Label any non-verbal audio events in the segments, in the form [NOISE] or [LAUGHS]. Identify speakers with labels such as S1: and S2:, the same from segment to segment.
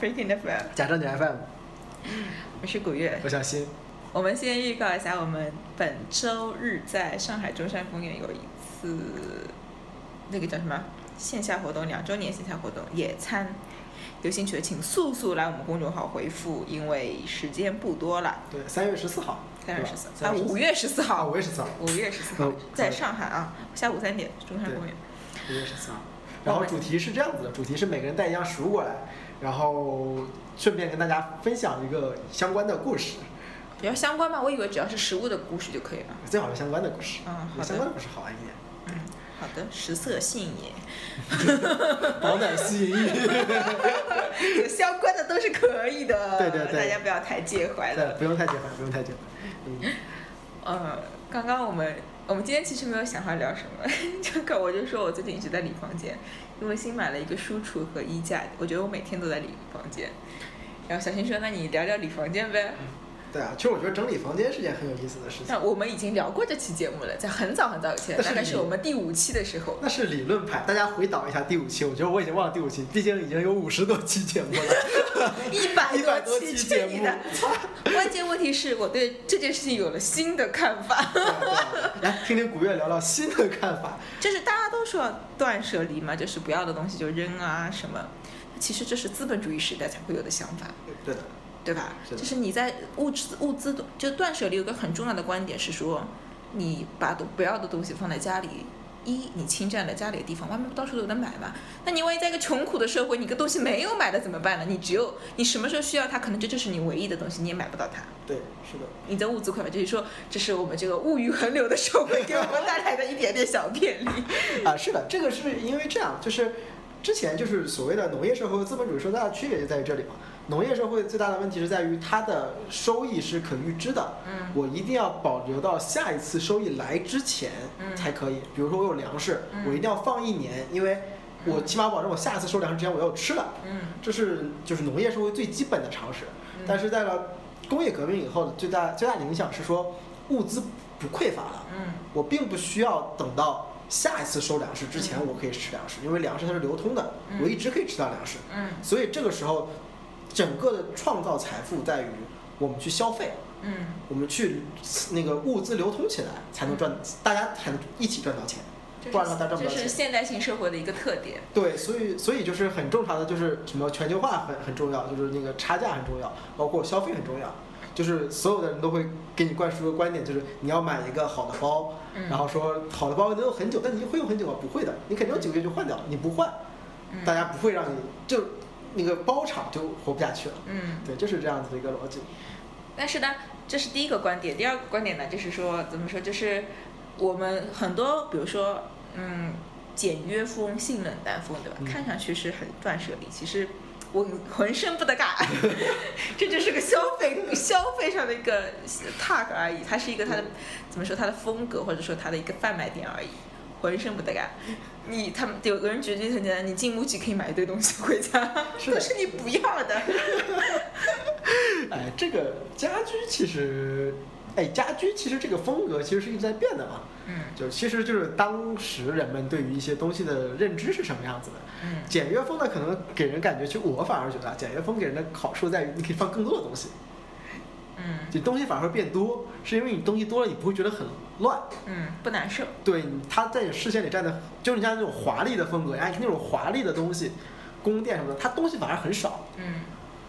S1: Freaking FM，
S2: 假正经 FM，
S1: 我是古月
S2: 我。小新。
S1: 我们先预告一下，我们本周日在上海中山公园有一次那个叫什么线下活动，两周年线下活动野餐。有兴趣的请速速来我们公众号回复，因为时间不多了。
S2: 对，三月十四号，
S1: 三月十四
S2: 对吧
S1: 啊，五月十四
S2: 啊，
S1: 号
S2: 五，月十四号，
S1: 五月十四号
S2: 嗯
S1: 在上海啊，下午三点中山公园。
S2: 五月十四号。然后主题是这样子的，主题是每个人带一样食物过来，然后顺便跟大家分享一个相关的故事，
S1: 比较相关吧，我以为只要是食物的故事就可以了。
S2: 最好是相关的故事，
S1: 嗯好的
S2: 相关的故事好玩一点，
S1: [LAUGHS] 嗯，好的，食色性也。
S2: 饱暖吸引
S1: [LAUGHS]
S2: 力，
S1: 有 [LAUGHS] 相关的都是可以的，
S2: 对对对
S1: 大家不要太介怀
S2: 对，
S1: 了。
S2: 哎不用太结怀，不用太结怀，嗯，
S1: 呃，刚刚我们我们今天其实没有想好聊什么， [LAUGHS] 这个我就说我最近一直在理房间，因为新买了一个书橱和衣架，我觉得我每天都在理房间。然后小新说：“那你聊聊理房间呗。
S2: 对啊，其实我觉得整理房间是件很有意思的事”情，
S1: 那我们已经聊过这期节目了，在很早很早以前，
S2: 但是
S1: 大概
S2: 你
S1: 是我们第五期的时
S2: [LAUGHS]
S1: 候。
S2: 那是理论派，大家回倒一下第五期，我觉得我已经忘了第五期，毕竟已经有五十多期节目了，
S1: 一 [LAUGHS] 百
S2: 一百
S1: 多
S2: 期
S1: 去
S2: 节
S1: 你
S2: 目
S1: 的。！关键问题是我对这件事情有了新的看法。
S2: 对啊对啊来听听古月聊聊新的看法，
S1: 就是大家都说断舍离嘛，就是不要的东西就扔啊什么。其实这是资本主义时代才会有的想法，
S2: 对的，
S1: 对吧？
S2: 是的
S1: 就是你在物质物资就断舍离有个很重要的观点是说，你把都不要的东西放在家里。一，你侵占了家里的地方，外面到处都能买嘛。那你万一在一个穷苦的社会，你个东西没有买的怎么办呢？你只有你什么时候需要它，可能这就是你唯一的东西，你也买不到它。
S2: 对，是的。
S1: 你的物资匮乏，就是说，这是我们这个物欲横流的社会给我们带来的一点点小便利。
S2: 啊，是的，这个是因为这样，就是之前就是所谓的农业社会和资本主义社会最大的区别就在于这里嘛。农业社会最大的问题是在于它的收益是可预知的，
S1: 嗯
S2: 我一定要保留到下一次收益来之前
S1: 嗯
S2: 才可以。比如说我有粮食，
S1: 嗯
S2: 我一定要放一年，因为我起码保证我下次收粮食之前我要吃了。
S1: 嗯。
S2: 这是就是农业社会最基本的常识
S1: 嗯。
S2: 但是在了工业革命以后的最大最大的影响是说物资不匮乏了，
S1: 嗯
S2: 我并不需要等到下一次收粮食之前
S1: 嗯
S2: 我可以吃粮食，因为粮食它是流通的
S1: 嗯，
S2: 我一直可以吃到粮食。
S1: 嗯
S2: 所以这个时候，整个的创造财富在于我们去消费，
S1: 嗯
S2: 我们去那个物资流通起来，才能赚，大家才能一起赚到钱，
S1: 这
S2: 不然的话大家赚
S1: 是
S2: 不
S1: 这
S2: 到
S1: 是
S2: 钱。
S1: 现代性社会的一个特点。
S2: 对，所以所以就是很正常的，就是什么全球化很很重要，就是那个差价很重要，包括消费很重要，就是所有的人都会给你灌输一个观点，就是你要买一个好的包，
S1: 嗯
S2: 然后说好的包能用很久，但你会用很久吗？不会的，你肯定有几个月就换掉了，你不换，
S1: 嗯
S2: 大家不会让你就那个包厂就活不下去了。
S1: 嗯，
S2: 对，就是这样子的一个逻辑。
S1: 但是呢，这是第一个观点。第二个观点呢，就是说怎么说，就是我们很多，比如说，嗯，简约风、性冷淡风，对吧？
S2: 嗯
S1: 看上去是很断舍离，其实。我浑身不得
S2: [LAUGHS]
S1: 嘎，这就是个消费消费上的一个 tag 而已，它是一个它的怎么说它的风格或者说它的一个贩卖点而已，浑身不得嘎。你他们有个人举例很简单，你进木吉可以买一堆东西回家，
S2: 是
S1: [LAUGHS]
S2: 的
S1: 都是你不要的。
S2: 哎，这个家居其实，哎，家居其实这个风格其实是一直在变的嘛。
S1: 嗯
S2: 就其实就是当时人们对于一些东西的认知是什么样子的。
S1: 嗯
S2: 简约风呢，可能给人感觉，其实我反而觉得啊，简约风给人的好处在于你可以放更多的东西，
S1: 嗯
S2: 你东西反而会变多，是因为你东西多了，你不会觉得很乱。
S1: 嗯，不难受。
S2: 对，你它在你视线里占的，就是你像那种华丽的风格，哎，那种华丽的东西，宫殿什么的，它东西反而很少，
S1: 嗯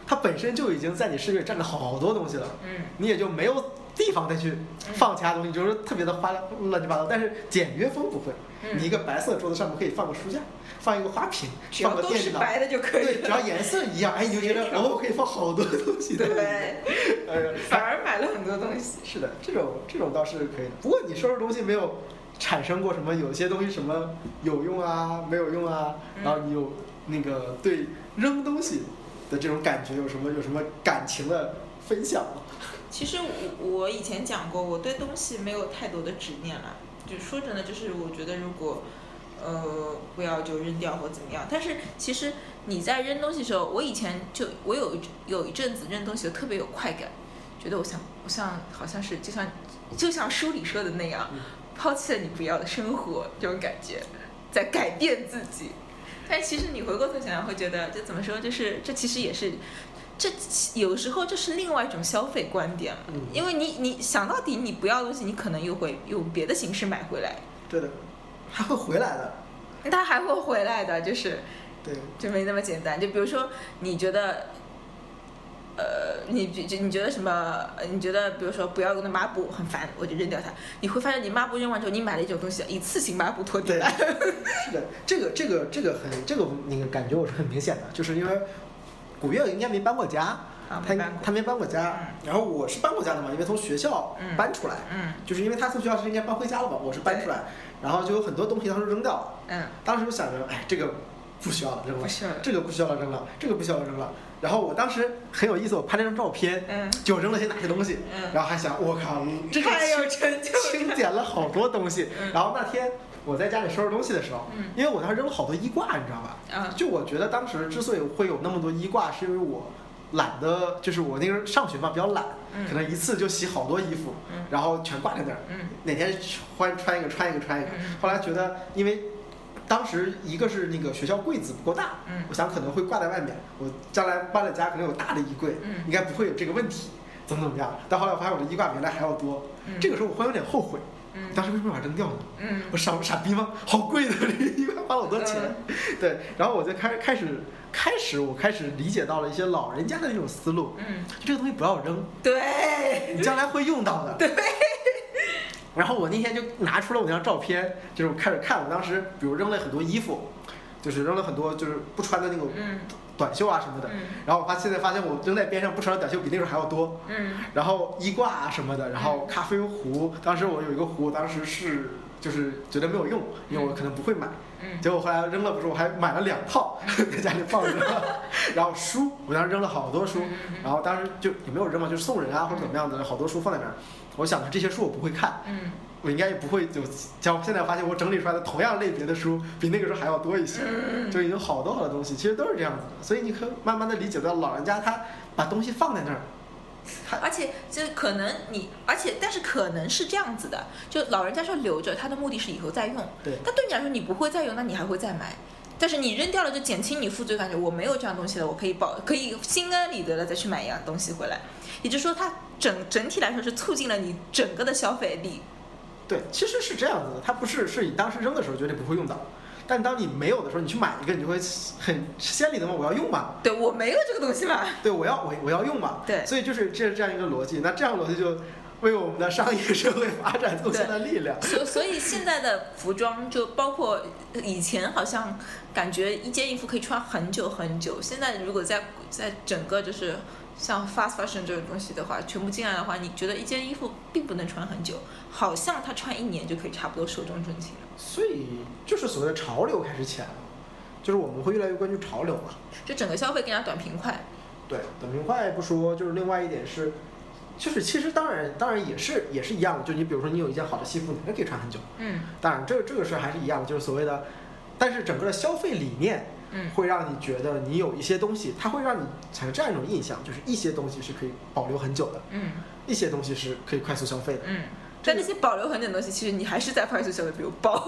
S2: 它本身就已经在你视野里占了好多东西了。
S1: 嗯
S2: 你也就没有地方再去放其他东西，就是特别的花乱七八糟。但是简约风不会，
S1: 嗯
S2: 你一个白色的桌子上面可以放个书架，放一个花瓶，
S1: 只
S2: 放
S1: 要
S2: 个
S1: 都是
S2: 电脑，
S1: 白的就可以
S2: 对，只要
S1: 了。
S2: 颜色一样，哎，你就觉
S1: [LAUGHS]
S2: 得哦，我可以放好多东西。 [LAUGHS]
S1: 对，
S2: 呃，
S1: 反而买了很多东西。
S2: 是的，这种这种倒是可以的。不过你收拾东西没有产生过什么，有些东西什么有用啊，没有用啊，
S1: 嗯
S2: 然后你有那个对扔东西的这种感觉有什么有什么感情的分享吗？
S1: 其实我我以前讲过，我对东西没有太多的执念了。就说真的，就是我觉得如果呃不要就扔掉或怎么样。但是其实你在扔东西的时候，我以前就我有一有一阵子扔东西特别有快感，觉得我像我像好像是就像就像书里说的那样
S2: 嗯，
S1: 抛弃了你不要的生活这种感觉，在改变自己。但其实你回过头想想，会觉得这怎么说，就是这其实也是，这有时候这是另外一种消费观点了
S2: 嗯
S1: 因为你你想到底你不要的东西，你可能又会用别的形式买回来，
S2: 对的，还会回来的。
S1: 它还会回来的，就是
S2: 对，
S1: 就没那么简单。就比如说，你觉得，呃，你觉就你觉得什么？呃你觉得比如说不要用的抹布很烦，我就扔掉它。你会发现，你抹布扔完之后，你买了一种东西，一次性抹布拖地
S2: 对
S1: 来。
S2: 是的，这个这个这个很这个那个感觉我是很明显的，就是因为古月应该没搬过家，
S1: 啊，
S2: 他
S1: 没办过。
S2: 他没搬过家，然后我是搬过家的嘛，因为从学校
S1: 嗯
S2: 搬出来，
S1: 嗯
S2: 就是因为他从学校是应该搬回家了嘛，我是搬出来，然后就有很多东西当时扔掉了，
S1: 嗯，
S2: 当时就想着，哎，这个不需要了，扔了
S1: 不，需要了。
S2: 这个不需要了，扔了，这个不需要了，扔了。然后我当时很有意思，我拍了张照片，
S1: 嗯
S2: 就扔了些哪些东西，
S1: 嗯
S2: 然后还想，我靠，这个
S1: 太有成就感。
S2: [LAUGHS] 清点了好多东西。
S1: 嗯
S2: 然后那天我在家里收拾东西的时候，
S1: 嗯
S2: 因为我当时扔了好多衣挂，你知道吧？
S1: 啊
S2: 就我觉得当时之所以会有那么多衣挂，是因为我懒得，就是我那个上学嘛比较懒，
S1: 嗯
S2: 可能一次就洗好多衣服，
S1: 嗯
S2: 然后全挂在那儿，
S1: 嗯
S2: 哪天穿穿一个穿一个穿一个
S1: 嗯。
S2: 后来觉得，因为当时一个是那个学校柜子不够大，
S1: 嗯
S2: 我想可能会挂在外面，我将来搬了家可能有大的衣柜，
S1: 嗯
S2: 应该不会有这个问题。怎么怎么样？但后来我发现我的衣挂比原来还要多，
S1: 嗯
S2: 这个时候我会有点后悔，
S1: 嗯
S2: 当时为什么把它扔掉呢？
S1: 嗯
S2: 我傻傻逼吗？ [LAUGHS] 好贵的，这衣服花了好多钱。对，然后我就开开始开始我开始理解到了一些老人家的那种思路，
S1: 嗯，
S2: 就这个东西不要扔，
S1: 对，
S2: 你将来会用到的。对。 [LAUGHS] 然后我那天就拿出了我那张照片，就是我开始看我当时，比如扔了很多衣服，就是扔了很多就是不穿的那种
S1: 嗯
S2: 短袖啊什么的。
S1: 嗯
S2: 然后我发现现在发现我扔在边上不穿的短袖比那时候还要多。
S1: 嗯
S2: 然后衣挂啊什么的，然后咖啡壶，当时我有一个壶，当时是就是觉得没有用，因为我可能不会买，
S1: 嗯
S2: 结果后来扔了，不是我还买了两套在家里放着，然后书，我当时扔了好多书，然后当时就也没有扔嘛，就是送人啊或者怎么样的，好多书放在那儿，我想着这些书我不会看。
S1: 嗯
S2: 我应该也不会就，像我现在发现我整理出来的同样类别的书，比那个时候还要多一些，
S1: 嗯
S2: 就有好多好多东西，其实都是这样子的。所以你可以慢慢的理解到，老人家他把东西放在那儿，
S1: 而且这可能你，而且但是可能是这样子的，就老人家说留着，他的目的是以后再用。
S2: 对
S1: 但对你来说，你不会再用，那你还会再买。但是你扔掉了，就减轻你负罪感觉。我没有这样东西了，我可以保，可以心安理得的再去买一样东西回来。也就是说，它整整体来说是促进了你整个的消费力。
S2: 对，其实是这样子的，它不是是你当时扔的时候觉得你不会用到，但当你没有的时候，你去买一个，你就会很先理的嘛，我要用嘛，
S1: 对我没有这个东西嘛？
S2: 对我要我我要用嘛，
S1: 对
S2: 所以就是这这样一个逻辑，那这样的逻辑就为我们的商业社会发展贡献了力量。
S1: 所所以现在的服装就包括以前好像感觉一件衣服可以穿很久很久，现在如果在在整个就是像 fast fashion 这种东西的话，全部进来的话，你觉得一件衣服并不能穿很久，好像它穿一年就可以差不多寿终正寝了，
S2: 所以就是所谓的潮流开始起来了，就是我们会越来越关注潮流嘛。
S1: 就整个消费更加短平快。
S2: 对，短平快不说，就是另外一点是，就是其实当然当然也是也是一样的，就你比如说你有一件好的西服，你还可以穿很久。
S1: 嗯
S2: 当然，这个这个事儿还是一样的，就是所谓的，但是整个的消费理念
S1: 嗯
S2: 会让你觉得你有一些东西，它会让你产生这样一种印象，就是一些东西是可以保留很久的，
S1: 嗯
S2: 一些东西是可以快速消费
S1: [LAUGHS]
S2: 的。
S1: 嗯，
S2: 这
S1: 但
S2: 个
S1: 那些保留很久的东西，其实你还是在快速消费，比如包。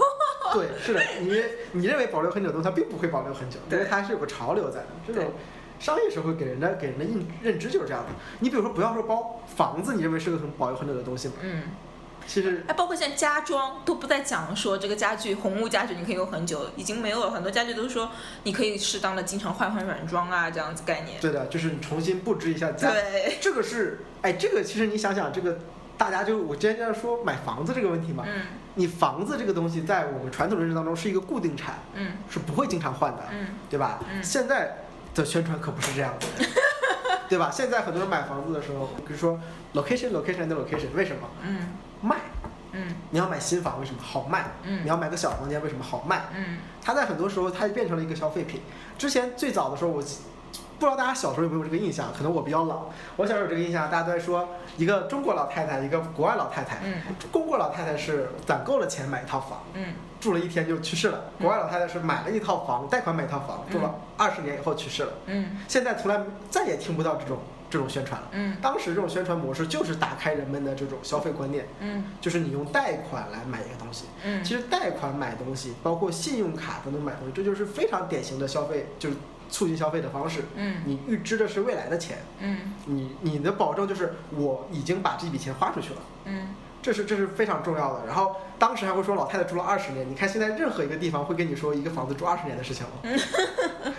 S2: 对，是的，你你认为保留很久的东西，它并不会保留很久，因为
S1: 对
S2: 它是有个潮流在的。这
S1: 对
S2: 种商业社会给人的给人的印认知就是这样的。你比如说，不要说包房子，你认为是个很保留很久的东西吗？
S1: 嗯。
S2: 其实
S1: 哎，包括现在家装都不再讲说这个家具红木家具你可以用很久，已经没有了。很多家具都说你可以适当的经常换换软装啊，这样子概念。
S2: 对的，就是你重新布置一下家，
S1: 对，
S2: 这个是，哎，这个其实你想想，这个大家就是我之前在说买房子这个问题嘛，
S1: 嗯
S2: 你房子这个东西在我们传统认知当中是一个固定产，
S1: 嗯
S2: 是不会经常换的，
S1: 嗯
S2: 对吧？
S1: 嗯
S2: 现在的宣传可不是这样的，
S1: [LAUGHS]
S2: 对吧？现在很多人买房子的时候，比如说 location location 的 location，为什么
S1: 嗯
S2: 卖？
S1: 嗯
S2: 你要买新房为什么好卖？
S1: 嗯
S2: 你要买个小房间为什么好卖？
S1: 嗯
S2: 它在很多时候它变成了一个消费品。之前最早的时候我。不知道大家小时候有没有这个印象？可能我比较老，我小时候有这个印象，大家都在说一个中国老太太，一个国外老太太。
S1: 嗯
S2: 中国老太太是攒够了钱买一套房，
S1: 嗯
S2: 住了一天就去世了；国外老太太是买了一套房，贷款买一套房，住了二十年以后去世了。
S1: 嗯
S2: 现在从来再也听不到这种这种宣传了。
S1: 嗯
S2: 当时这种宣传模式就是打开人们的这种消费观念，
S1: 嗯
S2: 就是你用贷款来买一个东西。
S1: 嗯，
S2: 其实贷款买东西，包括信用卡等等买东西，这就是非常典型的消费，就是促进消费的方式。
S1: 嗯
S2: 你预支的是未来的钱，
S1: 嗯
S2: 你你的保证就是我已经把这笔钱花出去了，
S1: 嗯
S2: 这是这是非常重要的。然后当时还会说老太太住了二十年，你看现在任何一个地方会跟你说一个房子住二十年的事情
S1: 嗯
S2: 吗？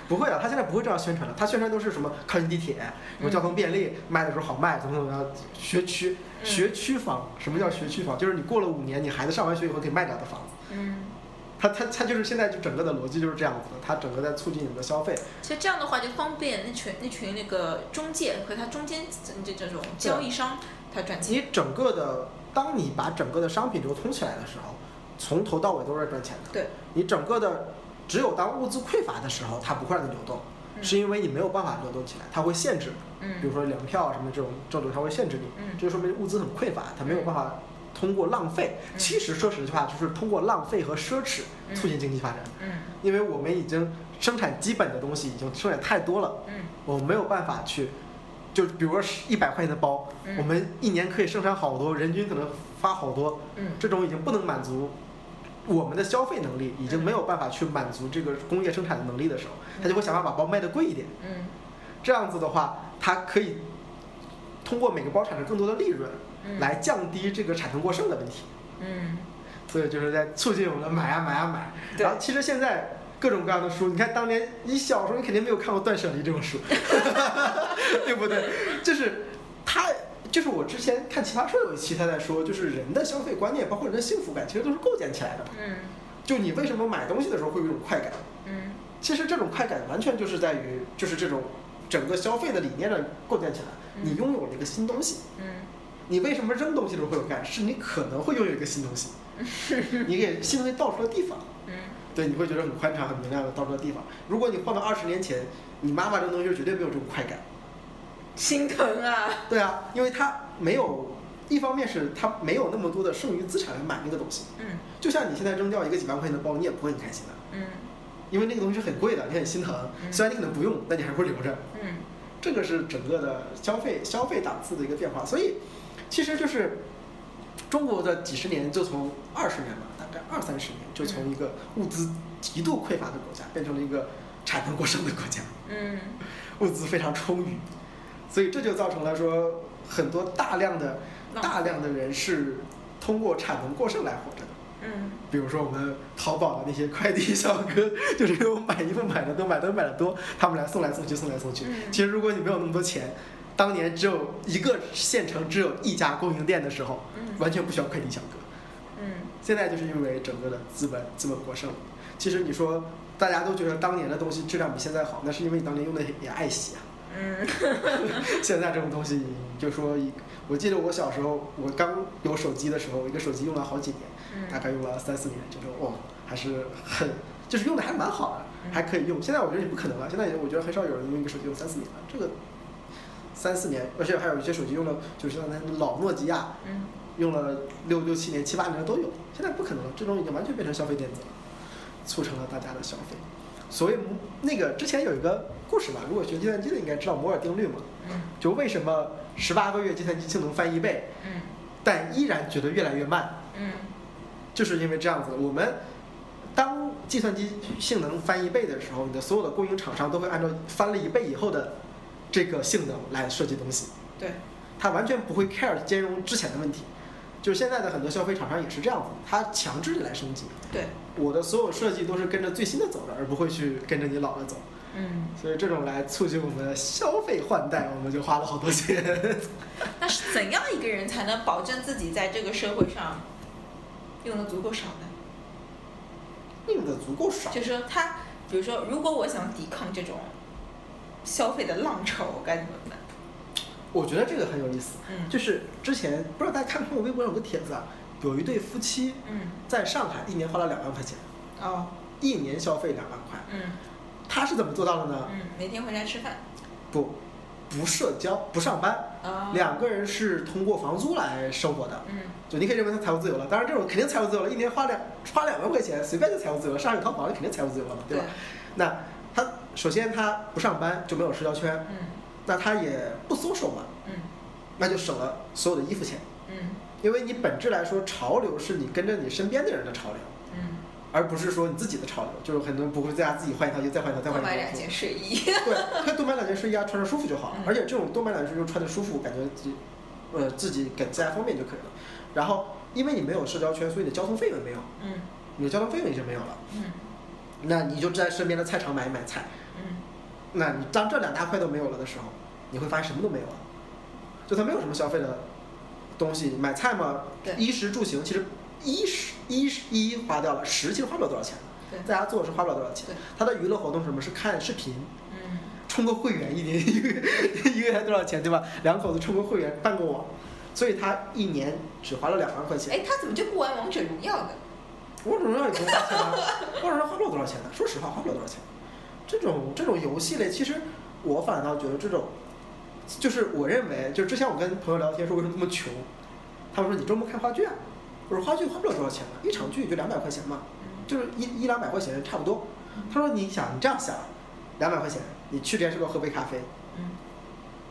S2: [LAUGHS] 不会啊，他现在不会这样宣传了，他宣传都是什么靠近地铁，什么交通便利，卖的时候好卖，怎么怎么样，学区
S1: 嗯
S2: 学区房，什么叫学区房？就是你过了五年，你孩子上完学以后可以卖掉的房子。
S1: 嗯。
S2: 它它它就是现在就整个的逻辑就是这样子的，它整个在促进你的消费。
S1: 其实这样的话就方便那群那群那个中介和他中间这这这种交易商他赚钱。
S2: 你整个的，当你把整个的商品流通起来的时候，从头到尾都是在赚钱的。
S1: 对，
S2: 你整个的，只有当物资匮乏的时候，它不会让你流动，
S1: 嗯
S2: 是因为你没有办法流动起来，它会限制，比
S1: 嗯
S2: 如说粮票啊什么这种这种，它会限制你，
S1: 嗯
S2: 这就说明物资很匮乏，它没有办法通过浪费。
S1: 嗯
S2: 其实说实话，就是通过浪费和奢侈
S1: 嗯
S2: 促进经济发展，
S1: 嗯
S2: 因为我们已经生产基本的东西已经生产太多了。
S1: 嗯
S2: 我没有办法去，就比如说一百块钱的包，
S1: 嗯
S2: 我们一年可以生产好多，人均可能发好多，
S1: 嗯
S2: 这种已经不能满足我们的消费能力，已经没有办法去满足这个工业生产的能力的时候，他就会想办法把包卖得贵一点。
S1: 嗯
S2: 这样子的话，它可以通过每个包产生更多的利润，
S1: 嗯，
S2: 来降低这个产能过剩的问题。
S1: 嗯
S2: 所以就是在促进我们的买啊买啊买。
S1: 对
S2: 然后其实现在各种各样的书，你看当年你小时候你肯定没有看过《断舍离》这种书，对不对？就是他，就是我之前看《奇葩说》有一期他在说，就是人的消费观念，包括人的幸福感，其实都是构建起来的嘛。
S1: 嗯
S2: 就你为什么买东西的时候会有一种快感？
S1: 嗯
S2: 其实这种快感完全就是在于，就是这种整个消费的理念上构建起来。你拥有了一个新东西，
S1: 嗯
S2: 你为什么扔东西的时候会有感？是你可能会拥有一个新东西，你给新东西倒出了地方。
S1: 嗯
S2: 对，你会觉得很宽敞、很明亮的到这个地方。如果你换到二十年前，你妈妈这个东西是绝对没有这种快感。
S1: 心疼啊。
S2: 对啊，因为她没有，一方面是她没有那么多的剩余资产来买那个东西。
S1: 嗯
S2: 就像你现在扔掉一个几万块钱的包，你也不会很开心的，
S1: 嗯
S2: 因为那个东西是很贵的，你很心疼。虽然你可能不用，但你还会留着。
S1: 嗯
S2: 这个是整个的消费消费档次的一个变化，所以其实就是中国的几十年，就从二十年吧，大概二三十年，就从一个物资极度匮乏的国家，变成了一个产能过剩的国家，
S1: 嗯
S2: 物资非常充裕，所以这就造成了说很多大量的
S1: 浪费
S2: 大量的人是通过产能过剩来活着的。
S1: 嗯
S2: 比如说我们淘宝的那些快递小哥， [LAUGHS] 就是因为我买衣服买的多，买的买的多，他们来送来送去，送来送去
S1: 嗯。
S2: 其实如果你没有那么多钱，当年只有一个县城只有一家供应链的时候，
S1: 嗯
S2: 完全不需要快递小哥。
S1: 嗯
S2: 现在就是因为整个的资本资本过剩了。其实你说大家都觉得当年的东西质量比现在好，那是因为你当年用的也爱惜啊。 [LAUGHS]
S1: 嗯
S2: 现在这种东西，就说一，我记得我小时候我刚有手机的时候，一个手机用了好几年。
S1: 嗯
S2: 大概用了三四年，觉得哦，还是很，就是用的还蛮好的，
S1: 嗯
S2: 还可以用。现在我觉得也不可能了，现在我觉得很少有人用一个手机用三四年了，这个三四年，而且还有一些手机用了，就是像那老诺基亚
S1: 嗯
S2: 用了六六七年、七八年的都有，现在不可能了，这种已经完全变成消费电子了，促成了大家的消费。所谓摩那个之前有一个故事吧，如果学计算机的应该知道摩尔定律嘛，
S1: 嗯
S2: 就为什么十八个月计算机性能翻一倍，
S1: 嗯
S2: 但依然觉得越来越慢。
S1: 嗯
S2: 就是因为这样子，我们当计算机性能翻一倍的时候，你的所有的供应厂商都会按照翻了一倍以后的这个性能来设计东西，
S1: 对，
S2: 它完全不会 care 兼容之前的问题。就是现在的很多消费厂商也是这样子，它强制你来升级，
S1: 对，
S2: 我的所有设计都是跟着最新的走的，而不会去跟着你老的走。
S1: 嗯。
S2: 所以这种来促进我们的消费换代，我们就花了好多钱。 [LAUGHS]
S1: 那是怎样一个人才能保证自己在这个社会上用的足够少呢？
S2: 用的足够少，
S1: 就是说他，比如说，如果我想抵抗这种消费的浪潮，该怎么办？
S2: 我觉得这个很有意思。
S1: 嗯
S2: 就是之前不知道大家看没看过微博上有个帖子啊，有一对夫妻
S1: 嗯
S2: 在上海一年花了两万块钱，
S1: 哦
S2: 一年消费两万块，
S1: 嗯
S2: 他是怎么做到的呢？
S1: 嗯，每天回家吃饭，
S2: 不不社交不上班，
S1: 啊，
S2: 两个人是通过房租来生活的，
S1: 嗯
S2: 就你可以认为他财务自由了。当然这种肯定财务自由了，一年花两花两万块钱随便就财务自由了，上海有套房就肯定财务自由了嘛，对吧？那他首先他不上班就没有社交圈，
S1: 嗯
S2: 那他也不搜手嘛，
S1: 嗯
S2: 那就省了所有的衣服钱，
S1: 嗯
S2: 因为你本质来说，潮流是你跟着你身边的人的潮流，
S1: 嗯，
S2: 而不是说你自己的潮流。就是很多人不会在家自己换一套衣服，再换一套，再
S1: 多
S2: 换一
S1: 买
S2: 套
S1: 两
S2: 衣服
S1: 件。睡衣，
S2: [LAUGHS] 对，可以多买两件睡衣啊，穿着舒服就好了
S1: 嗯。
S2: 而且这种多买两件睡衣穿着舒服，感觉自己呃自己给自家方便就可以了。然后因为你没有社交圈，所以你的交通费用也没有，
S1: 嗯
S2: 你的交通费用也就没有了。
S1: 嗯
S2: 那你就在身边的菜场买一买菜。
S1: 嗯
S2: 那你当这两大块都没有了的时候，你会发现什么都没有了，就它没有什么消费的东西。买菜嘛
S1: 对，
S2: 衣食住行，其实衣食衣食一花掉了，食其实花不了多少钱
S1: 对
S2: 在家做是花不了多少钱
S1: 对。
S2: 它的娱乐活动是什么？是看视频，
S1: 嗯
S2: 充个会员一年 [LAUGHS] 一个月一个月才多少钱，对吧？两口子充个会员办个网，所以他一年只花了两万块钱。
S1: 哎，他怎么就不玩王者荣耀呢？
S2: 王者荣耀也不用花钱啊，王者荣耀花不了多少钱的，啊说实话花不了多少钱。啊这种这种游戏类，其实我反倒觉得这种，就是我认为，就是之前我跟朋友聊天说为什么那么穷，他们说你周末看话剧啊，我说话剧花不了多少钱的，一场剧也就两百块钱嘛，
S1: 嗯
S2: 就是一一两百块钱差不多。他说你想你这样想，两百块钱，你去连锁店喝杯咖啡，
S1: 嗯，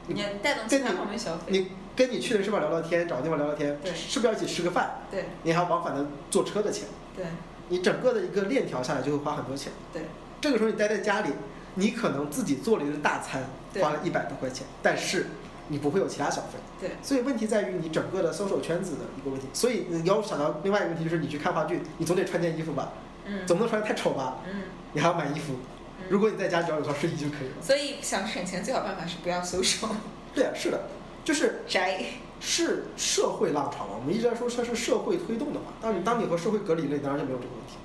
S2: 你
S1: 你带动其他方面消费，
S2: 你跟你去的人是吧聊聊天，找个地方聊聊天，
S1: 对
S2: 是不是要一起吃个饭？
S1: 对
S2: 你还要往返的坐车的钱，
S1: 对
S2: 你整个的一个链条下来就会花很多钱。
S1: 对，
S2: 这个时候你待在家里，你可能自己做了一顿大餐，
S1: 对
S2: 花了一百多块钱，但是你不会有其他消费。
S1: 对，
S2: 所以问题在于你整个的 social 圈子的一个问题。所以你要想到另外一个问题就是，你去看话剧，你总得穿件衣服吧，
S1: 嗯
S2: 总不能穿得太丑吧，
S1: 嗯，
S2: 你还要买衣服。
S1: 嗯
S2: 如果你在家只要有套睡衣就可以了。
S1: 所以想省钱最好办法是不要搜手
S2: 对啊，是的，就是
S1: 宅，
S2: 是社会浪潮嘛，我们一直在说它是社会推动的嘛。当你当你和社会隔离了，你当然就没有这个问题。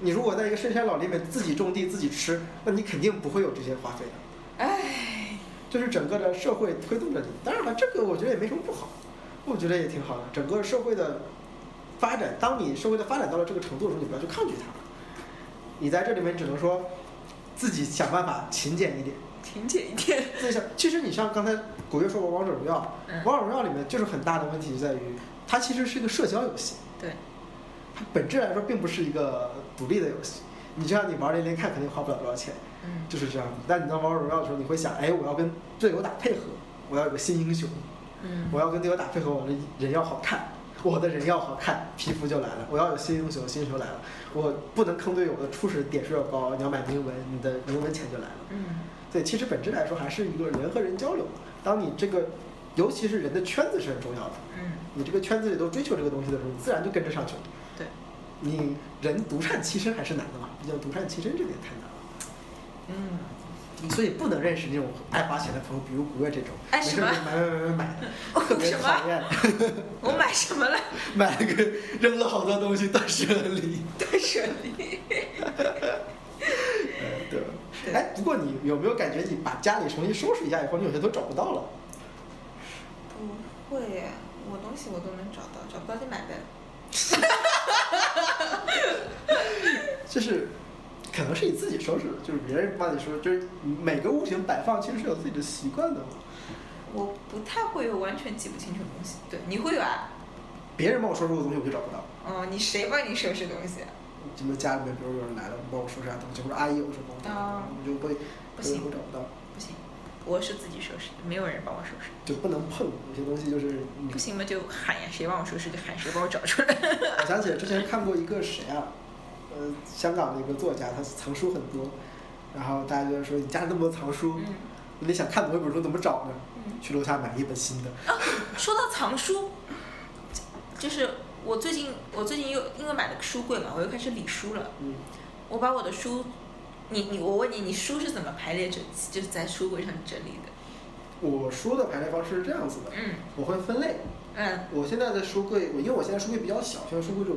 S2: 你如果在一个深山老林里面自己种地自己吃，那你肯定不会有这些花费的。
S1: 唉，
S2: 就是整个的社会推动着你。当然了，这个我觉得也没什么不好，我觉得也挺好的。整个社会的发展，当你社会的发展到了这个程度的时候，你不要去抗拒它。你在这里面只能说自己想办法勤俭一点。
S1: 勤俭一点，
S2: 自己想，其实你像刚才古月说过《王者荣耀
S1: 嗯》，
S2: 《王者荣耀》里面就是很大的问题在于，它其实是一个社交游戏，
S1: 对，
S2: 它本质来说并不是一个独立的游戏。你就像你玩连连看，肯定花不了多少钱，
S1: 嗯
S2: 就是这样子。但你到王者荣耀的时候，你会想，哎，我要跟队友打配合，我要有个新英雄，
S1: 嗯
S2: 我要跟队友打配合，我的人要好看，我的人要好看，皮肤就来了。我要有新英雄，新英雄来了，我不能坑队友，我的初始点数要高，你要买铭文，你的铭文钱就来了。
S1: 嗯
S2: 对，其实本质来说还是一个人和人交流嘛。当你这个，尤其是人的圈子是很重要的，
S1: 嗯，
S2: 你这个圈子里都追求这个东西的时候，你自然就跟着上去了。
S1: 对，
S2: 你人独善其身还是难的嘛，毕竟独善其身这个也太难了。
S1: 嗯，
S2: 所以不能认识那种爱花钱的朋友，比如古月这种，
S1: 哎
S2: 没
S1: 什
S2: 事
S1: 么
S2: 买买买买买
S1: 哦 [LAUGHS]
S2: 的，特别
S1: 什么
S2: 讨厌，
S1: 我买什么了？
S2: 买了个扔了好多东西断舍离。
S1: 断舍离，
S2: 呃对吧
S1: 对
S2: 哎，不过你有没有感觉你把家里重新收拾一下以后，你有些都找不到了？
S1: 不嗯会呀，我东西我都能找到，找不到就买呗。
S2: 就是可能是你自己收拾的，就是别人帮你收拾，就是每个物品摆放其实是有自己的习惯的嘛。
S1: 我不太会有完全记不清楚的东西，对，你会有啊？
S2: 别人帮我收拾过的东西，我就找不到。
S1: 哦，你谁帮你收拾东西啊？
S2: 什么家里面，比如有人来了，帮我收拾下东西，或者阿姨有什么，
S1: 啊
S2: 我就会
S1: 不行
S2: 我就会找不到，
S1: 不行，我是自己收拾，没有人帮我收拾。
S2: 就不能碰。有些东西就是你
S1: 不。行嘛，就喊呀，谁帮我收拾就喊谁帮我找出来。 [LAUGHS]
S2: 我想起来之前看过一个谁啊，呃，香港的一个作家，他藏书很多，然后大家就说你家里那么多藏书，
S1: 嗯
S2: 那你想看某一本书怎么找呢？
S1: 嗯
S2: 去楼下买一本新的。
S1: 啊，说到藏书，就是我最近我最近又因为买了个书柜嘛，我又开始理书了。
S2: 嗯，
S1: 我把我的书，你你我问你，你书是怎么排列整齐？就是在书柜上整理的？
S2: 我书的排列方式是这样子的，
S1: 嗯
S2: 我会分类。
S1: 嗯
S2: 我现在的书柜，我因为我现在书柜比较小，现在书柜就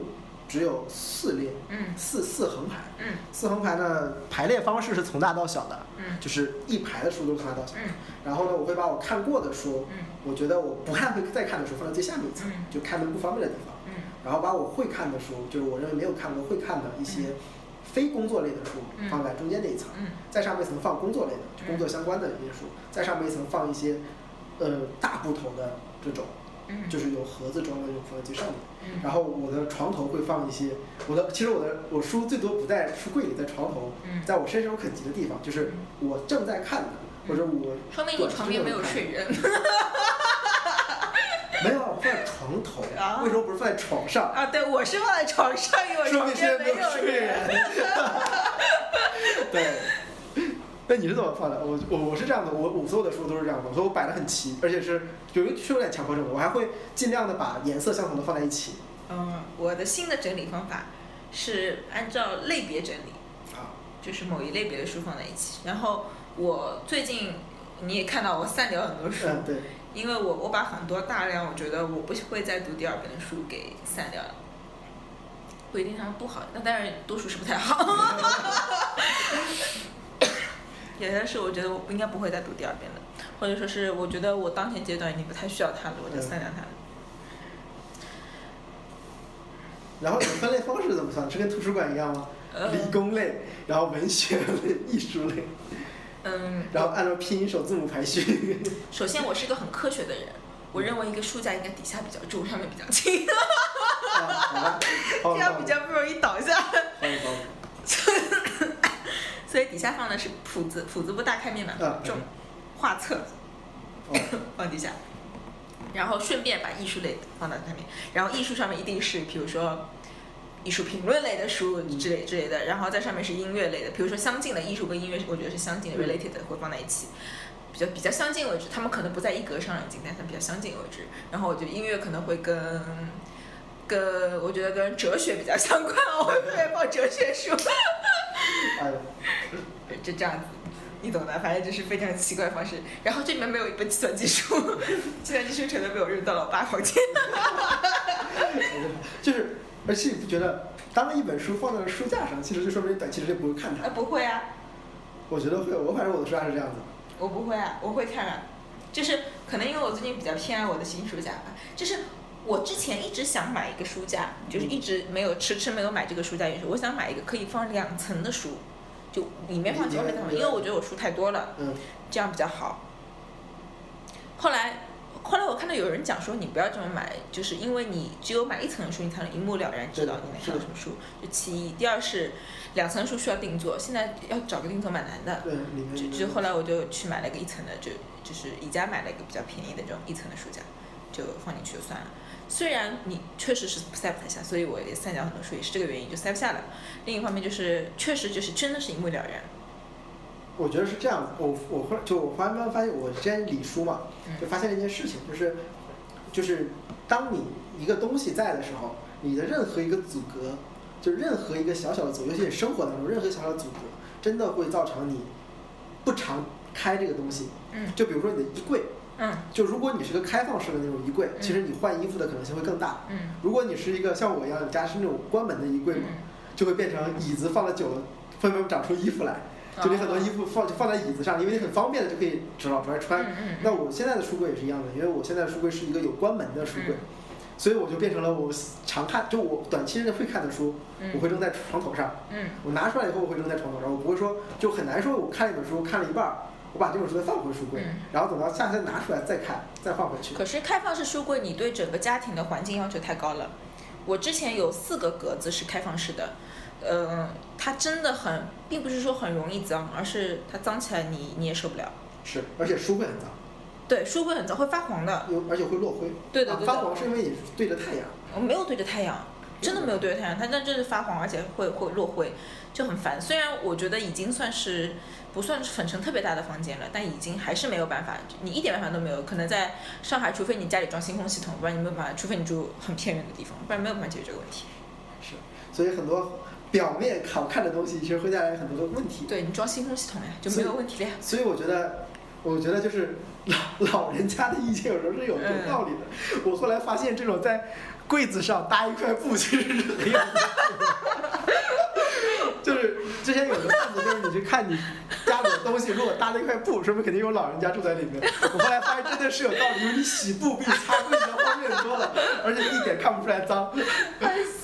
S2: 只有四列，
S1: 嗯
S2: 四四横排。
S1: 嗯
S2: 四横排呢，排列方式是从大到小的，
S1: 嗯
S2: 就是一排的书都是从大到小。
S1: 嗯
S2: 然后呢，我会把我看过的书，
S1: 嗯
S2: 我觉得我不看会再看的书放在最下面一层
S1: 嗯，
S2: 就开门不方便的地方。
S1: 嗯
S2: 然后把我会看的书，就是我认为没有看过会看的一些非工作类的书
S1: 嗯
S2: 放在中间那一层，
S1: 嗯
S2: 再上面一层放工作类的，就
S1: 嗯
S2: 工作相关的一些书，再上面一层放一些呃大部头的这种，
S1: 嗯，
S2: 就是有盒子装的，就放在最上面。
S1: 嗯
S2: 然后我的床头会放一些我的，其实我的我书最多不在书柜里，在床头，
S1: 嗯，
S2: 在我伸手可及的地方，就是我正在看的，或者我
S1: 嗯说明你床边没有睡人。
S2: 没有放在床头
S1: 啊，
S2: 为什么不是放在
S1: [LAUGHS]
S2: 床上？
S1: 啊，对，我是放在床上，因为我
S2: 说
S1: 床
S2: 明
S1: 边
S2: 是
S1: 没有
S2: 睡人。 [LAUGHS] 对。那你是怎么放的？我我我是这样的，我我所有的书都是这样的，所以我摆的很齐，而且是有一是有点强迫症的，我还会尽量的把颜色相同的放在一起
S1: 嗯，我的新的整理方法是按照类别整理，
S2: 啊。
S1: 就是某一类别的书放在一起。然后我最近你也看到我散掉很多书，
S2: 嗯，对，
S1: 因为我我把很多大量我觉得我不会再读第二遍的书给散掉了。不一定它们不好，那当然多数是不太好。 [LAUGHS] 有些是我觉得我应该不会再读第二遍的，或者说是我觉得我当前阶段已经不太需要它了，我就散掉它了。
S2: 然后你的分类方式怎么算？是跟图书馆一样吗？
S1: 呃
S2: 理工类，然后文学类、艺术类，
S1: 嗯，
S2: 然后按照拼音首字母排序。
S1: 首先我是一个很科学的人，我认为一个书架应该底下比较重，上面比较轻，
S2: 啊好吧，好
S1: [LAUGHS] 这
S2: 吧，
S1: 样比较不容易倒下。
S2: 好吧，
S1: 所以底下放的是谱子，谱子不大开面板
S2: 嗯
S1: 重，画册
S2: 好吧，
S1: [COUGHS] 放底下，然后顺便把艺术类放到上面，然后艺术上面一定是比如说。艺术评论类的书之类之类的，然后在上面是音乐类的，比如说相近的艺术跟音乐，我觉得是相近的
S2: 嗯
S1: related 的会放在一起，比较比较相近为止，他们可能不在一格上已经，但是比较相近为止。然后我觉得音乐可能会跟跟我觉得跟哲学比较相关，我会特别放哲学书。
S2: 哎呦，
S1: 就这样子，你懂的，反正就是非常奇怪的方式。然后这里面没有一本计算机书， [LAUGHS] 计算机书全都被我扔到了我爸房间。
S2: 就是，而且你不觉得，当一本书放在书架上，其实就说明你短期之内不会看
S1: 啊，
S2: 它。
S1: 不会啊，
S2: 我觉得会，我反正我的书架是这样的。
S1: 我不会啊，我会看啊。就是可能因为我最近比较偏爱我的新书架吧，就是我之前一直想买一个书架，就是一直没有迟迟没有买这个书架，也是我想买一个可以放两层的书，就里面放
S2: 理
S1: 几
S2: 解
S1: 外面再放，因为我觉得我书太多了。
S2: 嗯，
S1: 这样比较好。后来，后来我看到有人讲说，你不要这么买，就是因为你只有买一层的书，你才能一目了然知道你买
S2: 是的
S1: 了什么书，就其一。第二是，两层书需要定做，现在要找个定做蛮难的。
S2: 对，里面
S1: 就就后来我就去买了一个一层的，就就是宜家买了一个比较便宜的这种一层的书架，就放进去就算了。虽然你确实是塞不太下，所以我也散掉很多书，也是这个原因，就塞不下了。另一方面就是，确实就是真的是一目了然。
S2: 我觉得是这样，我我会就我慢慢发现，我之前理书嘛，就
S1: 嗯
S2: 发现了一件事情，就是就是当你一个东西在的时候，你的任何一个阻隔，就任何一个小小的阻隔，尤其是生活当中任何小小的阻隔，真的会造成你不常开这个东西。
S1: 嗯
S2: 就比如说你的衣柜，
S1: 嗯
S2: 就如果你是个开放式的那种衣柜，
S1: 嗯
S2: 其实你换衣服的可能性会更大。
S1: 嗯
S2: 如果你是一个像我一样，你家是那种关门的衣柜嘛，
S1: 嗯
S2: 就会变成椅子放了久了，会慢慢长出衣服来。就你很
S1: 哦
S2: 多衣服放就放在椅子上，因为你很方便的就可以找出来穿。
S1: 嗯嗯嗯
S2: 那我现在的书柜也是一样的，因为我现在的书柜是一个有关门的书柜，
S1: 嗯
S2: 所以我就变成了我常看，就我短期内会看的书，
S1: 嗯
S2: 我会扔在床头上。
S1: 嗯
S2: 我拿出来以后，我会扔在床头上，我不会说就很难说，我看了一本书看了一半儿，我把这本书再放回书柜，
S1: 嗯
S2: 然后等到下次拿出来再看，再放回去。
S1: 可是开放式书柜，你对整个家庭的环境要求太高了。我之前有四个格子是开放式的，呃，它真的很，并不是说很容易脏，而是它脏起来你你也受不了。
S2: 是，而且书会很脏，
S1: 对，书柜很脏，会发黄的。
S2: 有而且会落灰。
S1: 对的
S2: 啊
S1: 对的
S2: 发黄是因为你对着太阳。
S1: 我没有对着太阳，真的没有对着太阳，它那就是发黄，而且会会落灰，就很烦。虽然我觉得已经算是不算是粉尘特别大的房间了，但已经还是没有办法，你一点办法都没有。可能在上海，除非你家里装新空系统，不然你没有办法，除非你住很偏远的地方，不然没有办法解决这个问题。
S2: 是，所以很多表面好看的东西，其实会带来很多的问题。
S1: 对你装新空系统呀，就没有问题
S2: [LAUGHS]
S1: 了呀。
S2: 所以我觉得，我觉得就是老老人家的意见有时候是有有道理的。我后来发现，这种在柜子上搭一块布，其实是很有道理的。 [LAUGHS] 就是之前有个段子，就是你去看你家里的东西，如果搭了一块布，说明肯定有老人家住在里面。我后来发现真的是有道理，因为你洗布比你擦柜子要方便多了，而且一点看不出来脏。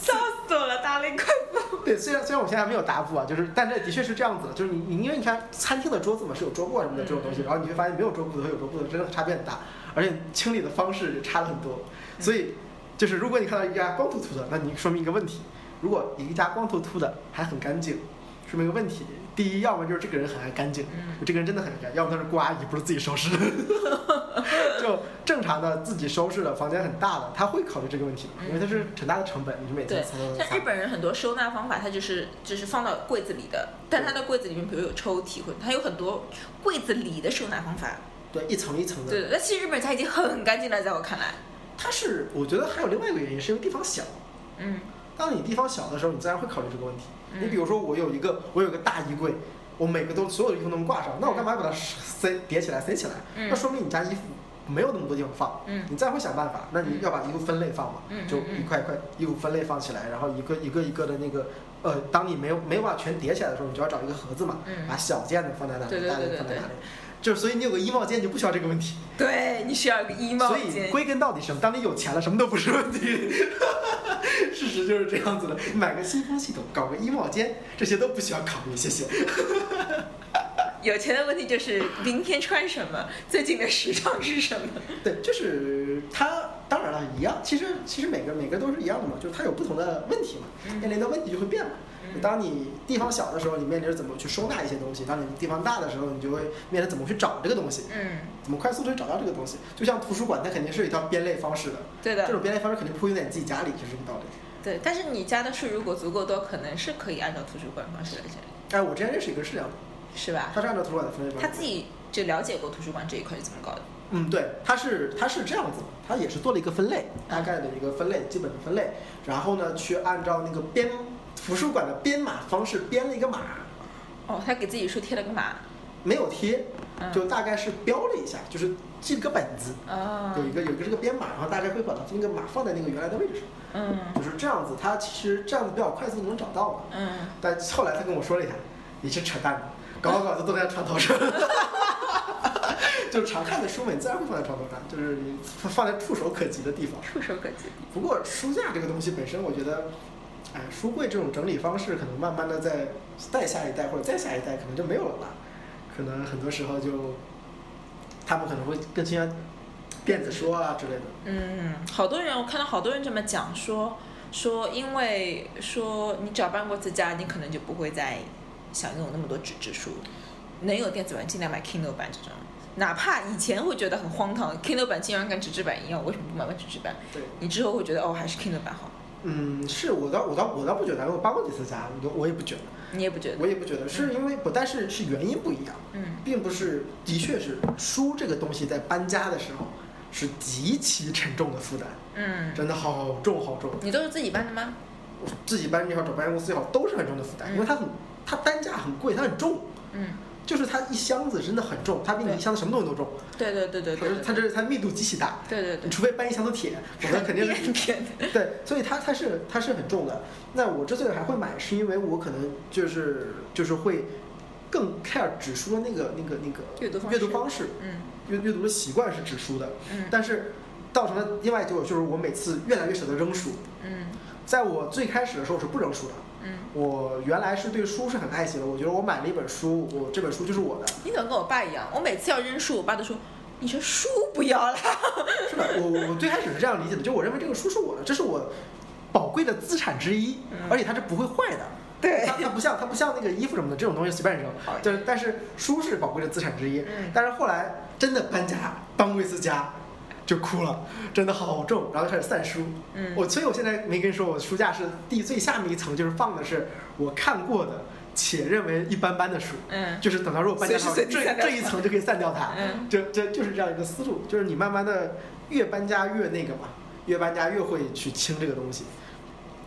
S1: 笑死我了，搭了一块布。
S2: 对，虽然虽然我现在还没有答复啊，就是，但这的确是这样子的，就是你你因为你看餐厅的桌子嘛是有桌布啊什么的这种东西，然后你会发现没有桌布的和有桌布的真的差别很大，而且清理的方式也差了很多，
S1: 嗯
S2: 所以就是如果你看到一家光秃秃的，那你说明一个问题，如果一家光秃秃的还很干净，说明一个问题，第一，要么就是这个人很爱干净，
S1: 嗯
S2: 这个人真的很爱干，要么他是郭阿姨不是自
S1: [LAUGHS]
S2: 己收拾的，就正常的自己收拾的房间很大的，他会考虑这个问题，因为它是很大的成本，你每
S1: 对
S2: 天擦擦擦
S1: 像日
S2: 擦。
S1: 本人很多收纳方法，它就是就是放到柜子里的，但它的柜子里面比如有抽屉，或者它有很多柜子里的收纳方法。
S2: 对，一层一层的。
S1: 对，那其实日本家已经很干净了，在我看来。
S2: 它是，我觉得还有另外一个原因，是因为地方小。
S1: 嗯
S2: 当你地方小的时候，你自然会考虑这个问题。
S1: 嗯
S2: 你比如说，我有一个，我有个大衣柜，我每个都所有的衣服都能挂上，那我干嘛把它塞叠起来、塞起来？
S1: 嗯
S2: 那说明你家衣服没有那么多地方放。
S1: 嗯
S2: 你再会想办法，那你要把衣服分类放嘛，
S1: 嗯嗯
S2: 就
S1: 嗯
S2: 一块一块衣服分类放起来，然后一个一个一个的那个，呃，当你没有没有把全叠起来的时候，你就要找一个盒子嘛，
S1: 嗯
S2: 把小件的放在哪
S1: 对
S2: 里，
S1: 对
S2: 大件
S1: 对
S2: 的放在
S1: 对
S2: 哪里，就是所以你有个衣帽间，你就不需要这个问题。
S1: 对你需要一个衣帽
S2: 所以
S1: 间。
S2: 归根到底什么？当你有钱了，什么都不是问题。 [LAUGHS] 事实就是这样子的，买个新风系统，搞个衣帽间，这些都不需要考虑。谢谢。
S1: 有钱的问题就是明天穿什么， [LAUGHS] 最近的时尚是什么。
S2: 对，就是它，当然了，一样。其实其实每个每个都是一样的嘛，就是它有不同的问题嘛，面临的问题就会变嘛。
S1: 嗯
S2: 当你地方小的时候，你面临着怎么去收纳一些东西；当你地方大的时候，你就会面临怎么去找这个东西，
S1: 嗯，
S2: 怎么快速去找到这个东西。就像图书馆，它肯定是有一套编类方式的，
S1: 对
S2: 这
S1: 的，
S2: 种编类方式肯定不会用在你自己家里，就是这个道理。
S1: 对。但是你家的书如果足够多，可能是可以按照图书馆方式来整理，
S2: 哎，我之前认识一个是这样的，
S1: 是吧？
S2: 他是按照图书馆的分类方式
S1: 他自己就了解过图书馆这一块是怎么搞的。
S2: 嗯，对，它是它是这样子的，它也是做了一个分类，
S1: 嗯
S2: 大概的一个分类，基本的分类，然后呢，去按照那个编图书馆的编码方式编了一个码，
S1: 哦，他给自己书贴了个码。
S2: 没有贴，
S1: 嗯
S2: 就大概是标了一下，就是记了个本子，
S1: 啊
S2: 有一个有一个这个编码，然后大概会把它那个码放在那个原来的位置上，
S1: 嗯
S2: 就是这样子，它其实这样子比较快速能找到嘛。
S1: 嗯，
S2: 但后来他跟我说了一下，你是扯淡的，搞搞搞就都在床头上。 [LAUGHS] 就是常看的书嘛，你自然会放在床头上，就是你放在触手可及的地方。
S1: 触手可及。
S2: 不过书架这个东西本身，我觉得，哎，书柜这种整理方式，可能慢慢的在再下一代或者再下一代，可能就没有了吧。可能很多时候就，他们可能会更倾向电子书啊之类的。
S1: 嗯，好多人我看到好多人这么讲说说，因为说你只要搬过自家，你可能就不会再想拥有那么多纸质书，能有电子版尽量买 Kindle 版这种。哪怕以前会觉得很荒唐，Kindle 版竟然跟纸质版一样，我为什么不买买纸质版？
S2: 对，
S1: 你之后会觉得哦，还是 Kindle 版好，
S2: 嗯，是我倒我倒我倒不觉得，我搬过几次家，我都我也不觉得，
S1: 你也不觉得？
S2: 我也不觉得，是因为不，但是是原因不一样。
S1: 嗯
S2: 并不是，的确是书这个东西在搬家的时候是极其沉重的负担，
S1: 嗯，
S2: 真的好重好重。
S1: 你都是自己搬的吗？
S2: 我自己搬也好，找搬家公司也好，都是很重的负担，因为它很，它单价很贵，它很重，
S1: 嗯，
S2: 就是它一箱子真的很重，它比你一箱子什么东西都重。
S1: 对对对对
S2: 可
S1: 对
S2: 是
S1: 对，
S2: 它这它密度极其大，
S1: 对对
S2: 你
S1: 对，
S2: 除非搬一箱子铁，否则肯定
S1: [LAUGHS]
S2: 是
S1: 天
S2: [LAUGHS] 对，所以它它是它是很重的。那我之所以还会买，是因为我可能就是就是会更 care 指数的那个那个那个
S1: 阅读方
S2: 阅读
S1: 式
S2: 方式，
S1: 嗯
S2: 阅阅读的习惯是指数的，
S1: 嗯
S2: 但是造成了另外一个就是我每次越来越舍得扔书。
S1: 嗯
S2: 在我最开始的时候是不扔书的，
S1: 嗯，
S2: 我原来是对书是很爱惜的，我觉得我买了一本书，我这本书就是我的，
S1: 你怎么跟我爸一样？我每次要扔书，我爸都说你这书不要了。
S2: [LAUGHS] 是吧？我我我最开始是这样理解的，就我认为这个书是我的，这是我宝贵的资产之一
S1: 嗯，
S2: 而且它是不会坏的。
S1: 对
S2: 它它不像它不像那个衣服什么的这种东西随便扔
S1: 好，
S2: 就是但是书是宝贵的资产之一
S1: 嗯。
S2: 但是后来真的搬家，搬过一次家。就哭了，真的好重，然后开始散书。
S1: 嗯
S2: 我所以我现在没跟你说，我书架是地最下面一层，就是放的是我看过的且认为一般般的书。
S1: 嗯
S2: 就是等到如果搬家的时候，
S1: 随
S2: 这
S1: 时随地散掉
S2: 这一层就可以散掉它。
S1: 嗯
S2: 就这就是这样一个思路，就是你慢慢的越搬家越那个嘛，越搬家越会去清这个东西。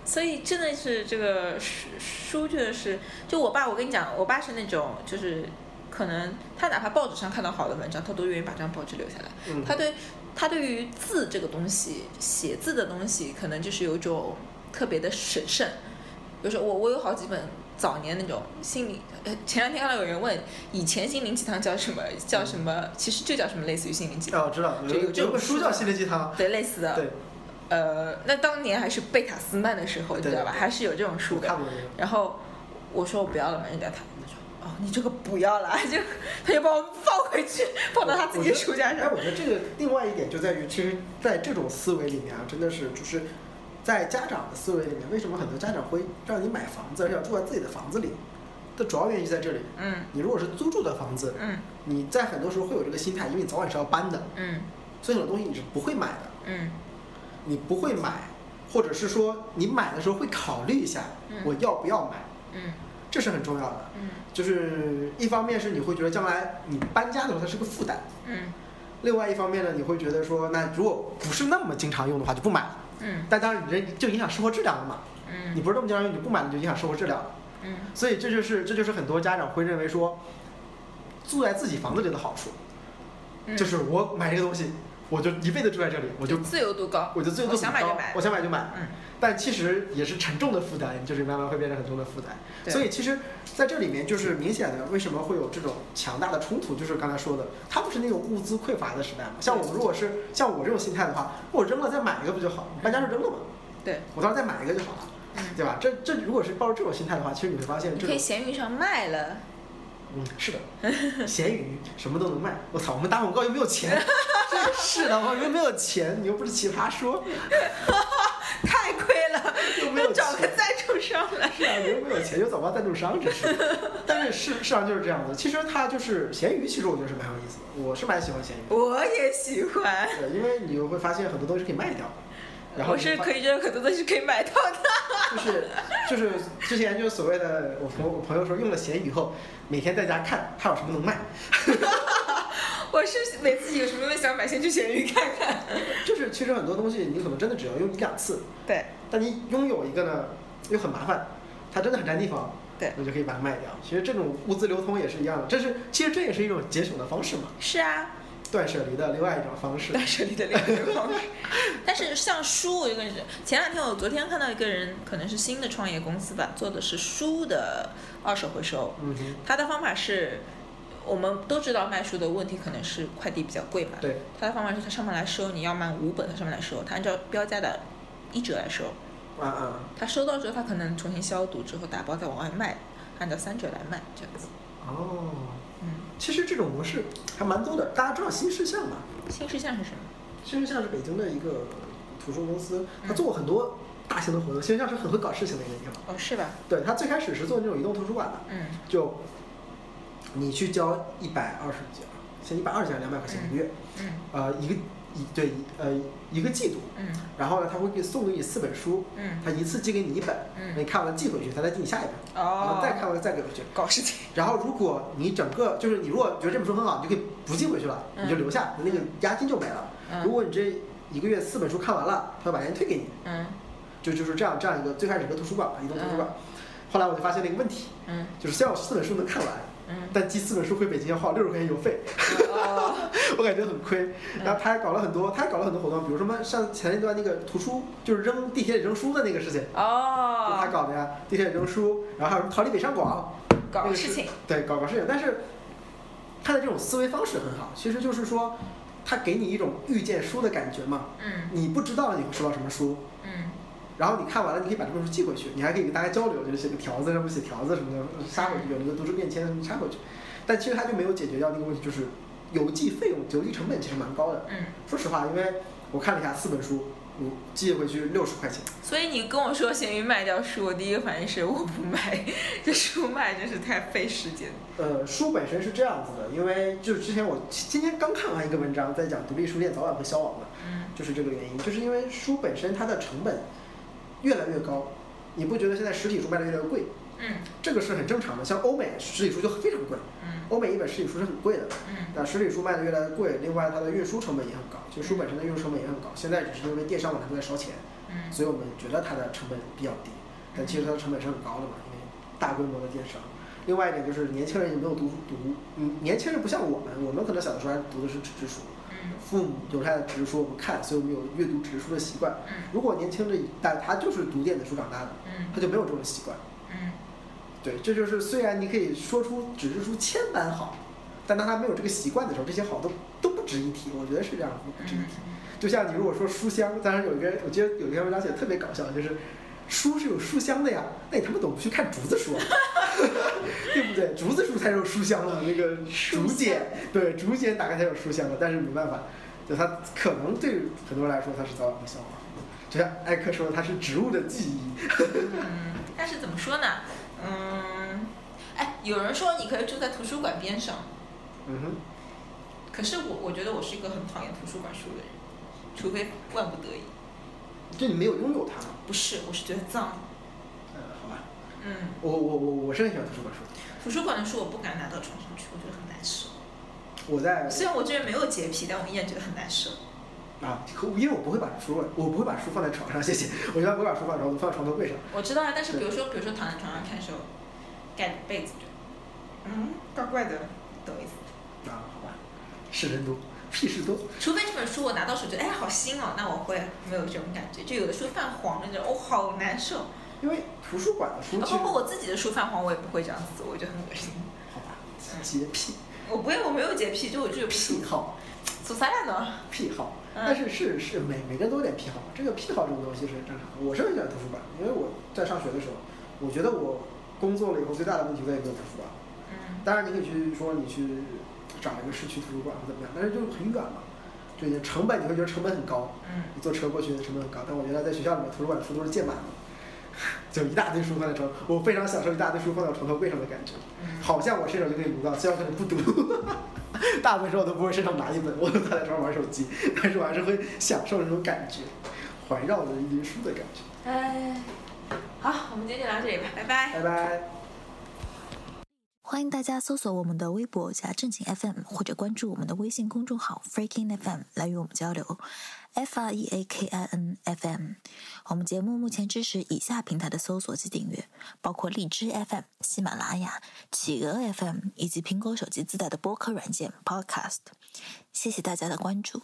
S1: 所以真的是这个书书确实是，就我爸，我跟你讲，我爸是那种就是可能他哪怕报纸上看到好的文章，他都愿意把这张报纸留下来。
S2: 嗯，
S1: 他对他对于字这个东西，写字的东西，可能就是有一种特别的神圣。比如说我我有好几本早年那种心灵，呃，前两天看到有人问以前心灵鸡汤叫什么叫什么，其实就叫什么类似于心灵鸡汤，
S2: 啊，我知道有
S1: 就有
S2: 一
S1: 这种
S2: 有一本书叫《心灵鸡汤》，
S1: 对类似的。
S2: 对，
S1: 呃，那当年还是贝塔斯曼的时候，你知道吧？
S2: 对对对
S1: 还是有这种书
S2: 我
S1: 的
S2: 看。过那个，
S1: 然后我说我不要了嘛，人家他他说哦，你这个不要了， [LAUGHS] 就他就把我放回去，放到他自己的书架
S2: 哎，
S1: 上。
S2: 我觉得这个另外一点就在于，其实，在这种思维里面啊，真的是就是在家长的思维里面，为什么很多家长会让你买房子，而且要住在自己的房子里？的主要原因就在这里。
S1: 嗯
S2: 你如果是租住的房子，
S1: 嗯
S2: 你在很多时候会有这个心态，因为你早晚是要搬的，
S1: 嗯
S2: 所以很多东西你是不会买的，
S1: 嗯
S2: 你不会买，或者是说你买的时候会考虑一下
S1: 嗯，
S2: 我要不要买，
S1: 嗯
S2: 这是很重要的。
S1: 嗯
S2: 就是一方面是你会觉得将来你搬家的时候它是个负担，
S1: 嗯
S2: 另外一方面呢，你会觉得说，那如果不是那么经常用的话，就不买了。
S1: 嗯
S2: 但当然，人就影响生活质量了嘛。你
S1: 嗯
S2: 不是那么经常用，你就不买了，你就影响生活质量了。
S1: 嗯，
S2: 所以这就是这就是很多家长会认为说，住在自己房子里的好处，
S1: 嗯
S2: 就是我买这个东西，我就一辈子住在这里，我就
S1: 自由度高。
S2: 我就自由度
S1: 我想
S2: 很
S1: 买就
S2: 高
S1: 买，
S2: 我想买就买。
S1: 嗯，
S2: 但其实也是沉重的负担，就是慢慢会变成很重的负担。
S1: 对
S2: 所以其实在这里面就是明显的，为什么会有这种强大的冲突？就是刚才说的，他们是那种物资匮乏的时代嘛。像我们如果是像我这种心态的话，我扔了再买一个不就好了？搬家就扔了嘛，
S1: 嗯对，
S2: 我到时候再买 [LAUGHS] 一个就好了，
S1: 嗯，
S2: 对吧？这这如果是抱着这种心态的话，其实你会发现
S1: 你
S2: 这
S1: 可以
S2: 种
S1: 闲鱼上卖了。 [LAUGHS]
S2: 嗯是的，闲鱼什么都能卖。我操，我们打广告又没有钱， [LAUGHS] 真是的，我又没有钱，你又不是奇葩说，
S1: 太亏了，
S2: 又没有
S1: 那
S2: 钱
S1: 找。个赞助商来。
S2: 是啊，你又没有钱，就找不到赞助商，真是。但是事实上就是这样的。其实它就是闲鱼，其实我觉得是蛮有意思的，我是蛮喜欢闲鱼
S1: 我也喜欢，
S2: 的，因为你会发现很多东西可以卖掉的。然后
S1: 我是可
S2: 以，
S1: 以觉得很多东西可以买到的。
S2: 就是就是之前就是所谓的，我朋友我朋友说用了闲鱼后，每天在家看还有什么能卖， [LAUGHS]
S1: 我是每次有什么东西想买，先去闲鱼看看。
S2: 就是其实很多东西你可能真的只要用一两次，
S1: 对，
S2: 但你拥有一个呢又很麻烦，它真的很占地方，
S1: 对
S2: 那就可以把它卖掉。其实这种物资流通也是一样的，这是其实这也是一种节省的方式嘛，
S1: [LAUGHS] 是啊，
S2: 断舍离的另外一种
S1: [LAUGHS]
S2: 方式。
S1: 断舍离的另一种方式。但是像书，我就跟你说，前两天我昨天看到一个人，可能是新的创业公司吧，做的是书的二手回收。
S2: 嗯哼，
S1: 他的方法是，我们都知道卖书的问题可能是快递比较贵嘛。
S2: 对，
S1: 他的方法是，他上面来收，你要满五本，他上面来收，他按照标价的一折来收。
S2: 啊啊
S1: 他收到之后，他可能重新消毒之后打包再往外卖，按照三折来卖这样子。
S2: 哦，
S1: 嗯，
S2: 其实这种模式还蛮多的。大家知道新事项嘛？
S1: 新事项是什么？
S2: 新事项是北京的一个图书公司，他
S1: 嗯
S2: 做过很多大型的活动。新事项是很会搞事情的一个地方。
S1: 哦，是吧？
S2: 对他最开始是做那种移动图书馆的，
S1: 嗯
S2: 就你去交一百二十几，先一百二十几还是两百块钱一个月，
S1: 嗯
S2: 呃，一个一对一呃一个季度，
S1: 嗯
S2: 然后呢，他会给送给你四本书，
S1: 嗯。
S2: 他一次寄给你一本，
S1: 嗯
S2: 你看完了寄回去，他再寄你下一本，然
S1: 哦
S2: 后再看完了再给回去。
S1: 搞事情。
S2: 然后，如果你整个就是你如果觉得这本书很好，你就可以不寄回去了，
S1: 嗯
S2: 你就留下，那个押金就没了。如果你这一个月四本书看完了，他会把押金退给你，
S1: 嗯
S2: 就就是这样这样一个最开始一个图书馆嘛，移动图书馆。后来我就发现了一个问题，
S1: 嗯
S2: 就是虽然我四本书能看完，
S1: 嗯。
S2: 但寄四本书回北京要花六十块钱邮费， [LAUGHS]
S1: 哦，
S2: 我感觉很亏。然后他还搞了很多，他还搞了很多活动，比如什么像前一段那个图书，就是扔地铁里扔书的那个事情，就是他
S1: 哦，
S2: 搞的呀，地铁里扔书，然后还有什么逃离北上广，
S1: 搞事情。
S2: 对，搞搞事情，但是他的这种思维方式很好，其实就是说，他给你一种遇见书的感觉嘛，
S1: 嗯
S2: 你不知道你会收到什么书，
S1: 嗯
S2: 然后你看完了，你可以把这本书寄回去，你还可以跟大家交流，就是写个条子，上面写条子什么的，杀回去，有那个读书便签什么插回去，但其实他就没有解决掉那个问题，就是邮寄费用、邮寄成本其实蛮高的。
S1: 嗯。
S2: 说实话，因为我看了一下四本书，我寄回去六十块钱，
S1: 所以你跟我说闲鱼卖掉书，我第一个反应是我不卖， [LAUGHS] 这书卖真是太费时间。
S2: 呃，书本身是这样子的，因为就是之前我今天刚看完一个文章，在讲独立书店早晚会消亡的，
S1: 嗯
S2: 就是这个原因，就是因为书本身它的成本越来越高，你不觉得现在实体书卖的越来越贵？
S1: 嗯
S2: 这个是很正常的，像欧美实体书就非常贵，
S1: 嗯
S2: 欧美一本实体书是很贵的，
S1: 嗯
S2: 那实体书卖的越来越贵，另外它的运输成本也很高，就书本身的运输成本也很高，现在只是因为电商网站都在烧钱，
S1: 嗯
S2: 所以我们觉得它的成本比较低，但其实它的成本是很高的嘛，因为大规模的电商。另外一点就是年轻人也没有读读，嗯，年轻人不像我们，我们可能小的时候还读的是纸质书，
S1: 嗯
S2: 父母留下的纸质书我们看，所以我们有阅读纸质书的习惯。
S1: 嗯
S2: 如果年轻人但他就是读电子书长大的，
S1: 嗯
S2: 他就没有这种习惯。
S1: 嗯
S2: 对，这就是虽然你可以说出纸质书千般好，但当他没有这个习惯的时候，这些好都都不值一提，我觉得是这样，不值一提。
S1: 嗯
S2: 就像你如果说书香，当然有一个，我记得有一篇文章写的特别搞笑，就是书是有书香的呀，那你他妈怎么不去看竹子书啊？ [LAUGHS] 对不对？竹子书才有书香了，那个竹简，对，竹简打开才有书香了，但是没办法，就它可能对很多人来说它是早晚的消亡。就像艾克说，它是植物的记忆，
S1: 嗯，但是怎么说呢？嗯，哎，有人说你可以住在图书馆边上，
S2: 嗯哼。
S1: 可是我我觉得我是一个很讨厌图书馆书的人，除非万不得已。
S2: 就你没有拥有它。
S1: 不是，我是觉得脏。
S2: 嗯，好吧。
S1: 嗯，
S2: 我我我我是很喜欢图书馆书的。
S1: 图书馆的书我不敢拿到床上去，我觉得很难受。
S2: 我在
S1: 虽然我这人没有洁癖，但我依然觉得很难受。
S2: 啊，可因为我不会把书放，我不会把书放在床上，谢谢。我一般不会把书放在床放在床头柜上。
S1: 我知道啊，但是
S2: 对
S1: 比如说，比如说躺在床上看书，盖着被子就，嗯，怪怪的，懂意思？
S2: 啊，好吧。是人多，屁事多。
S1: 除非这本书我拿到手就哎好新哦，那我会没有这种感觉。就有的书泛黄了，就哦好难受。
S2: 因为图书馆的书
S1: 啊
S2: 其实
S1: 包括我自己的书泛黄，我也不会这样子，我就很恶心。
S2: 好吧，洁癖
S1: 我不会，我没有洁癖，就我就有
S2: 癖
S1: 癖。
S2: 好
S1: [LAUGHS] 做啥来呢？
S2: 癖好，
S1: 嗯
S2: 但是是是每每个人都有点癖好，这个癖好这种东西是正常的。我是很喜欢图书馆，因为我在上学的时候，我觉得我工作了以后最大的问题在于没有图书馆。
S1: 嗯
S2: 当然，你可以去说你去找一个市区图书馆或怎么样，但是就很远嘛，就你的成本你会觉得成本很高，
S1: 嗯
S2: 你坐车过去的成本很高。但我原来在学校里面，图书馆书都是借满的， [LAUGHS] 就一大堆书放在床，我非常享受一大堆书放在床头柜上的感觉，
S1: 嗯
S2: 好像我伸手就可以读到，虽然我可能不读， [LAUGHS] 大部分时候我都不会伸手拿一本，我都躺在床上玩手机，但是我还是会享受那种感觉，环绕着一堆书的感觉。
S1: 哎，好，我们今天就到这里吧，拜拜。
S2: 拜拜。
S3: 欢迎大家搜索我们的微博加正经 FM，或者关注我们的微信公众号 Freaking FM 来与我们交流。F R E A K I N F M，我们节目目前支持以下平台的搜索及订阅，包括荔枝 FM、喜马拉雅、企鹅 FM 以及苹果手机自带的播客软件 Podcast。谢谢大家的关注。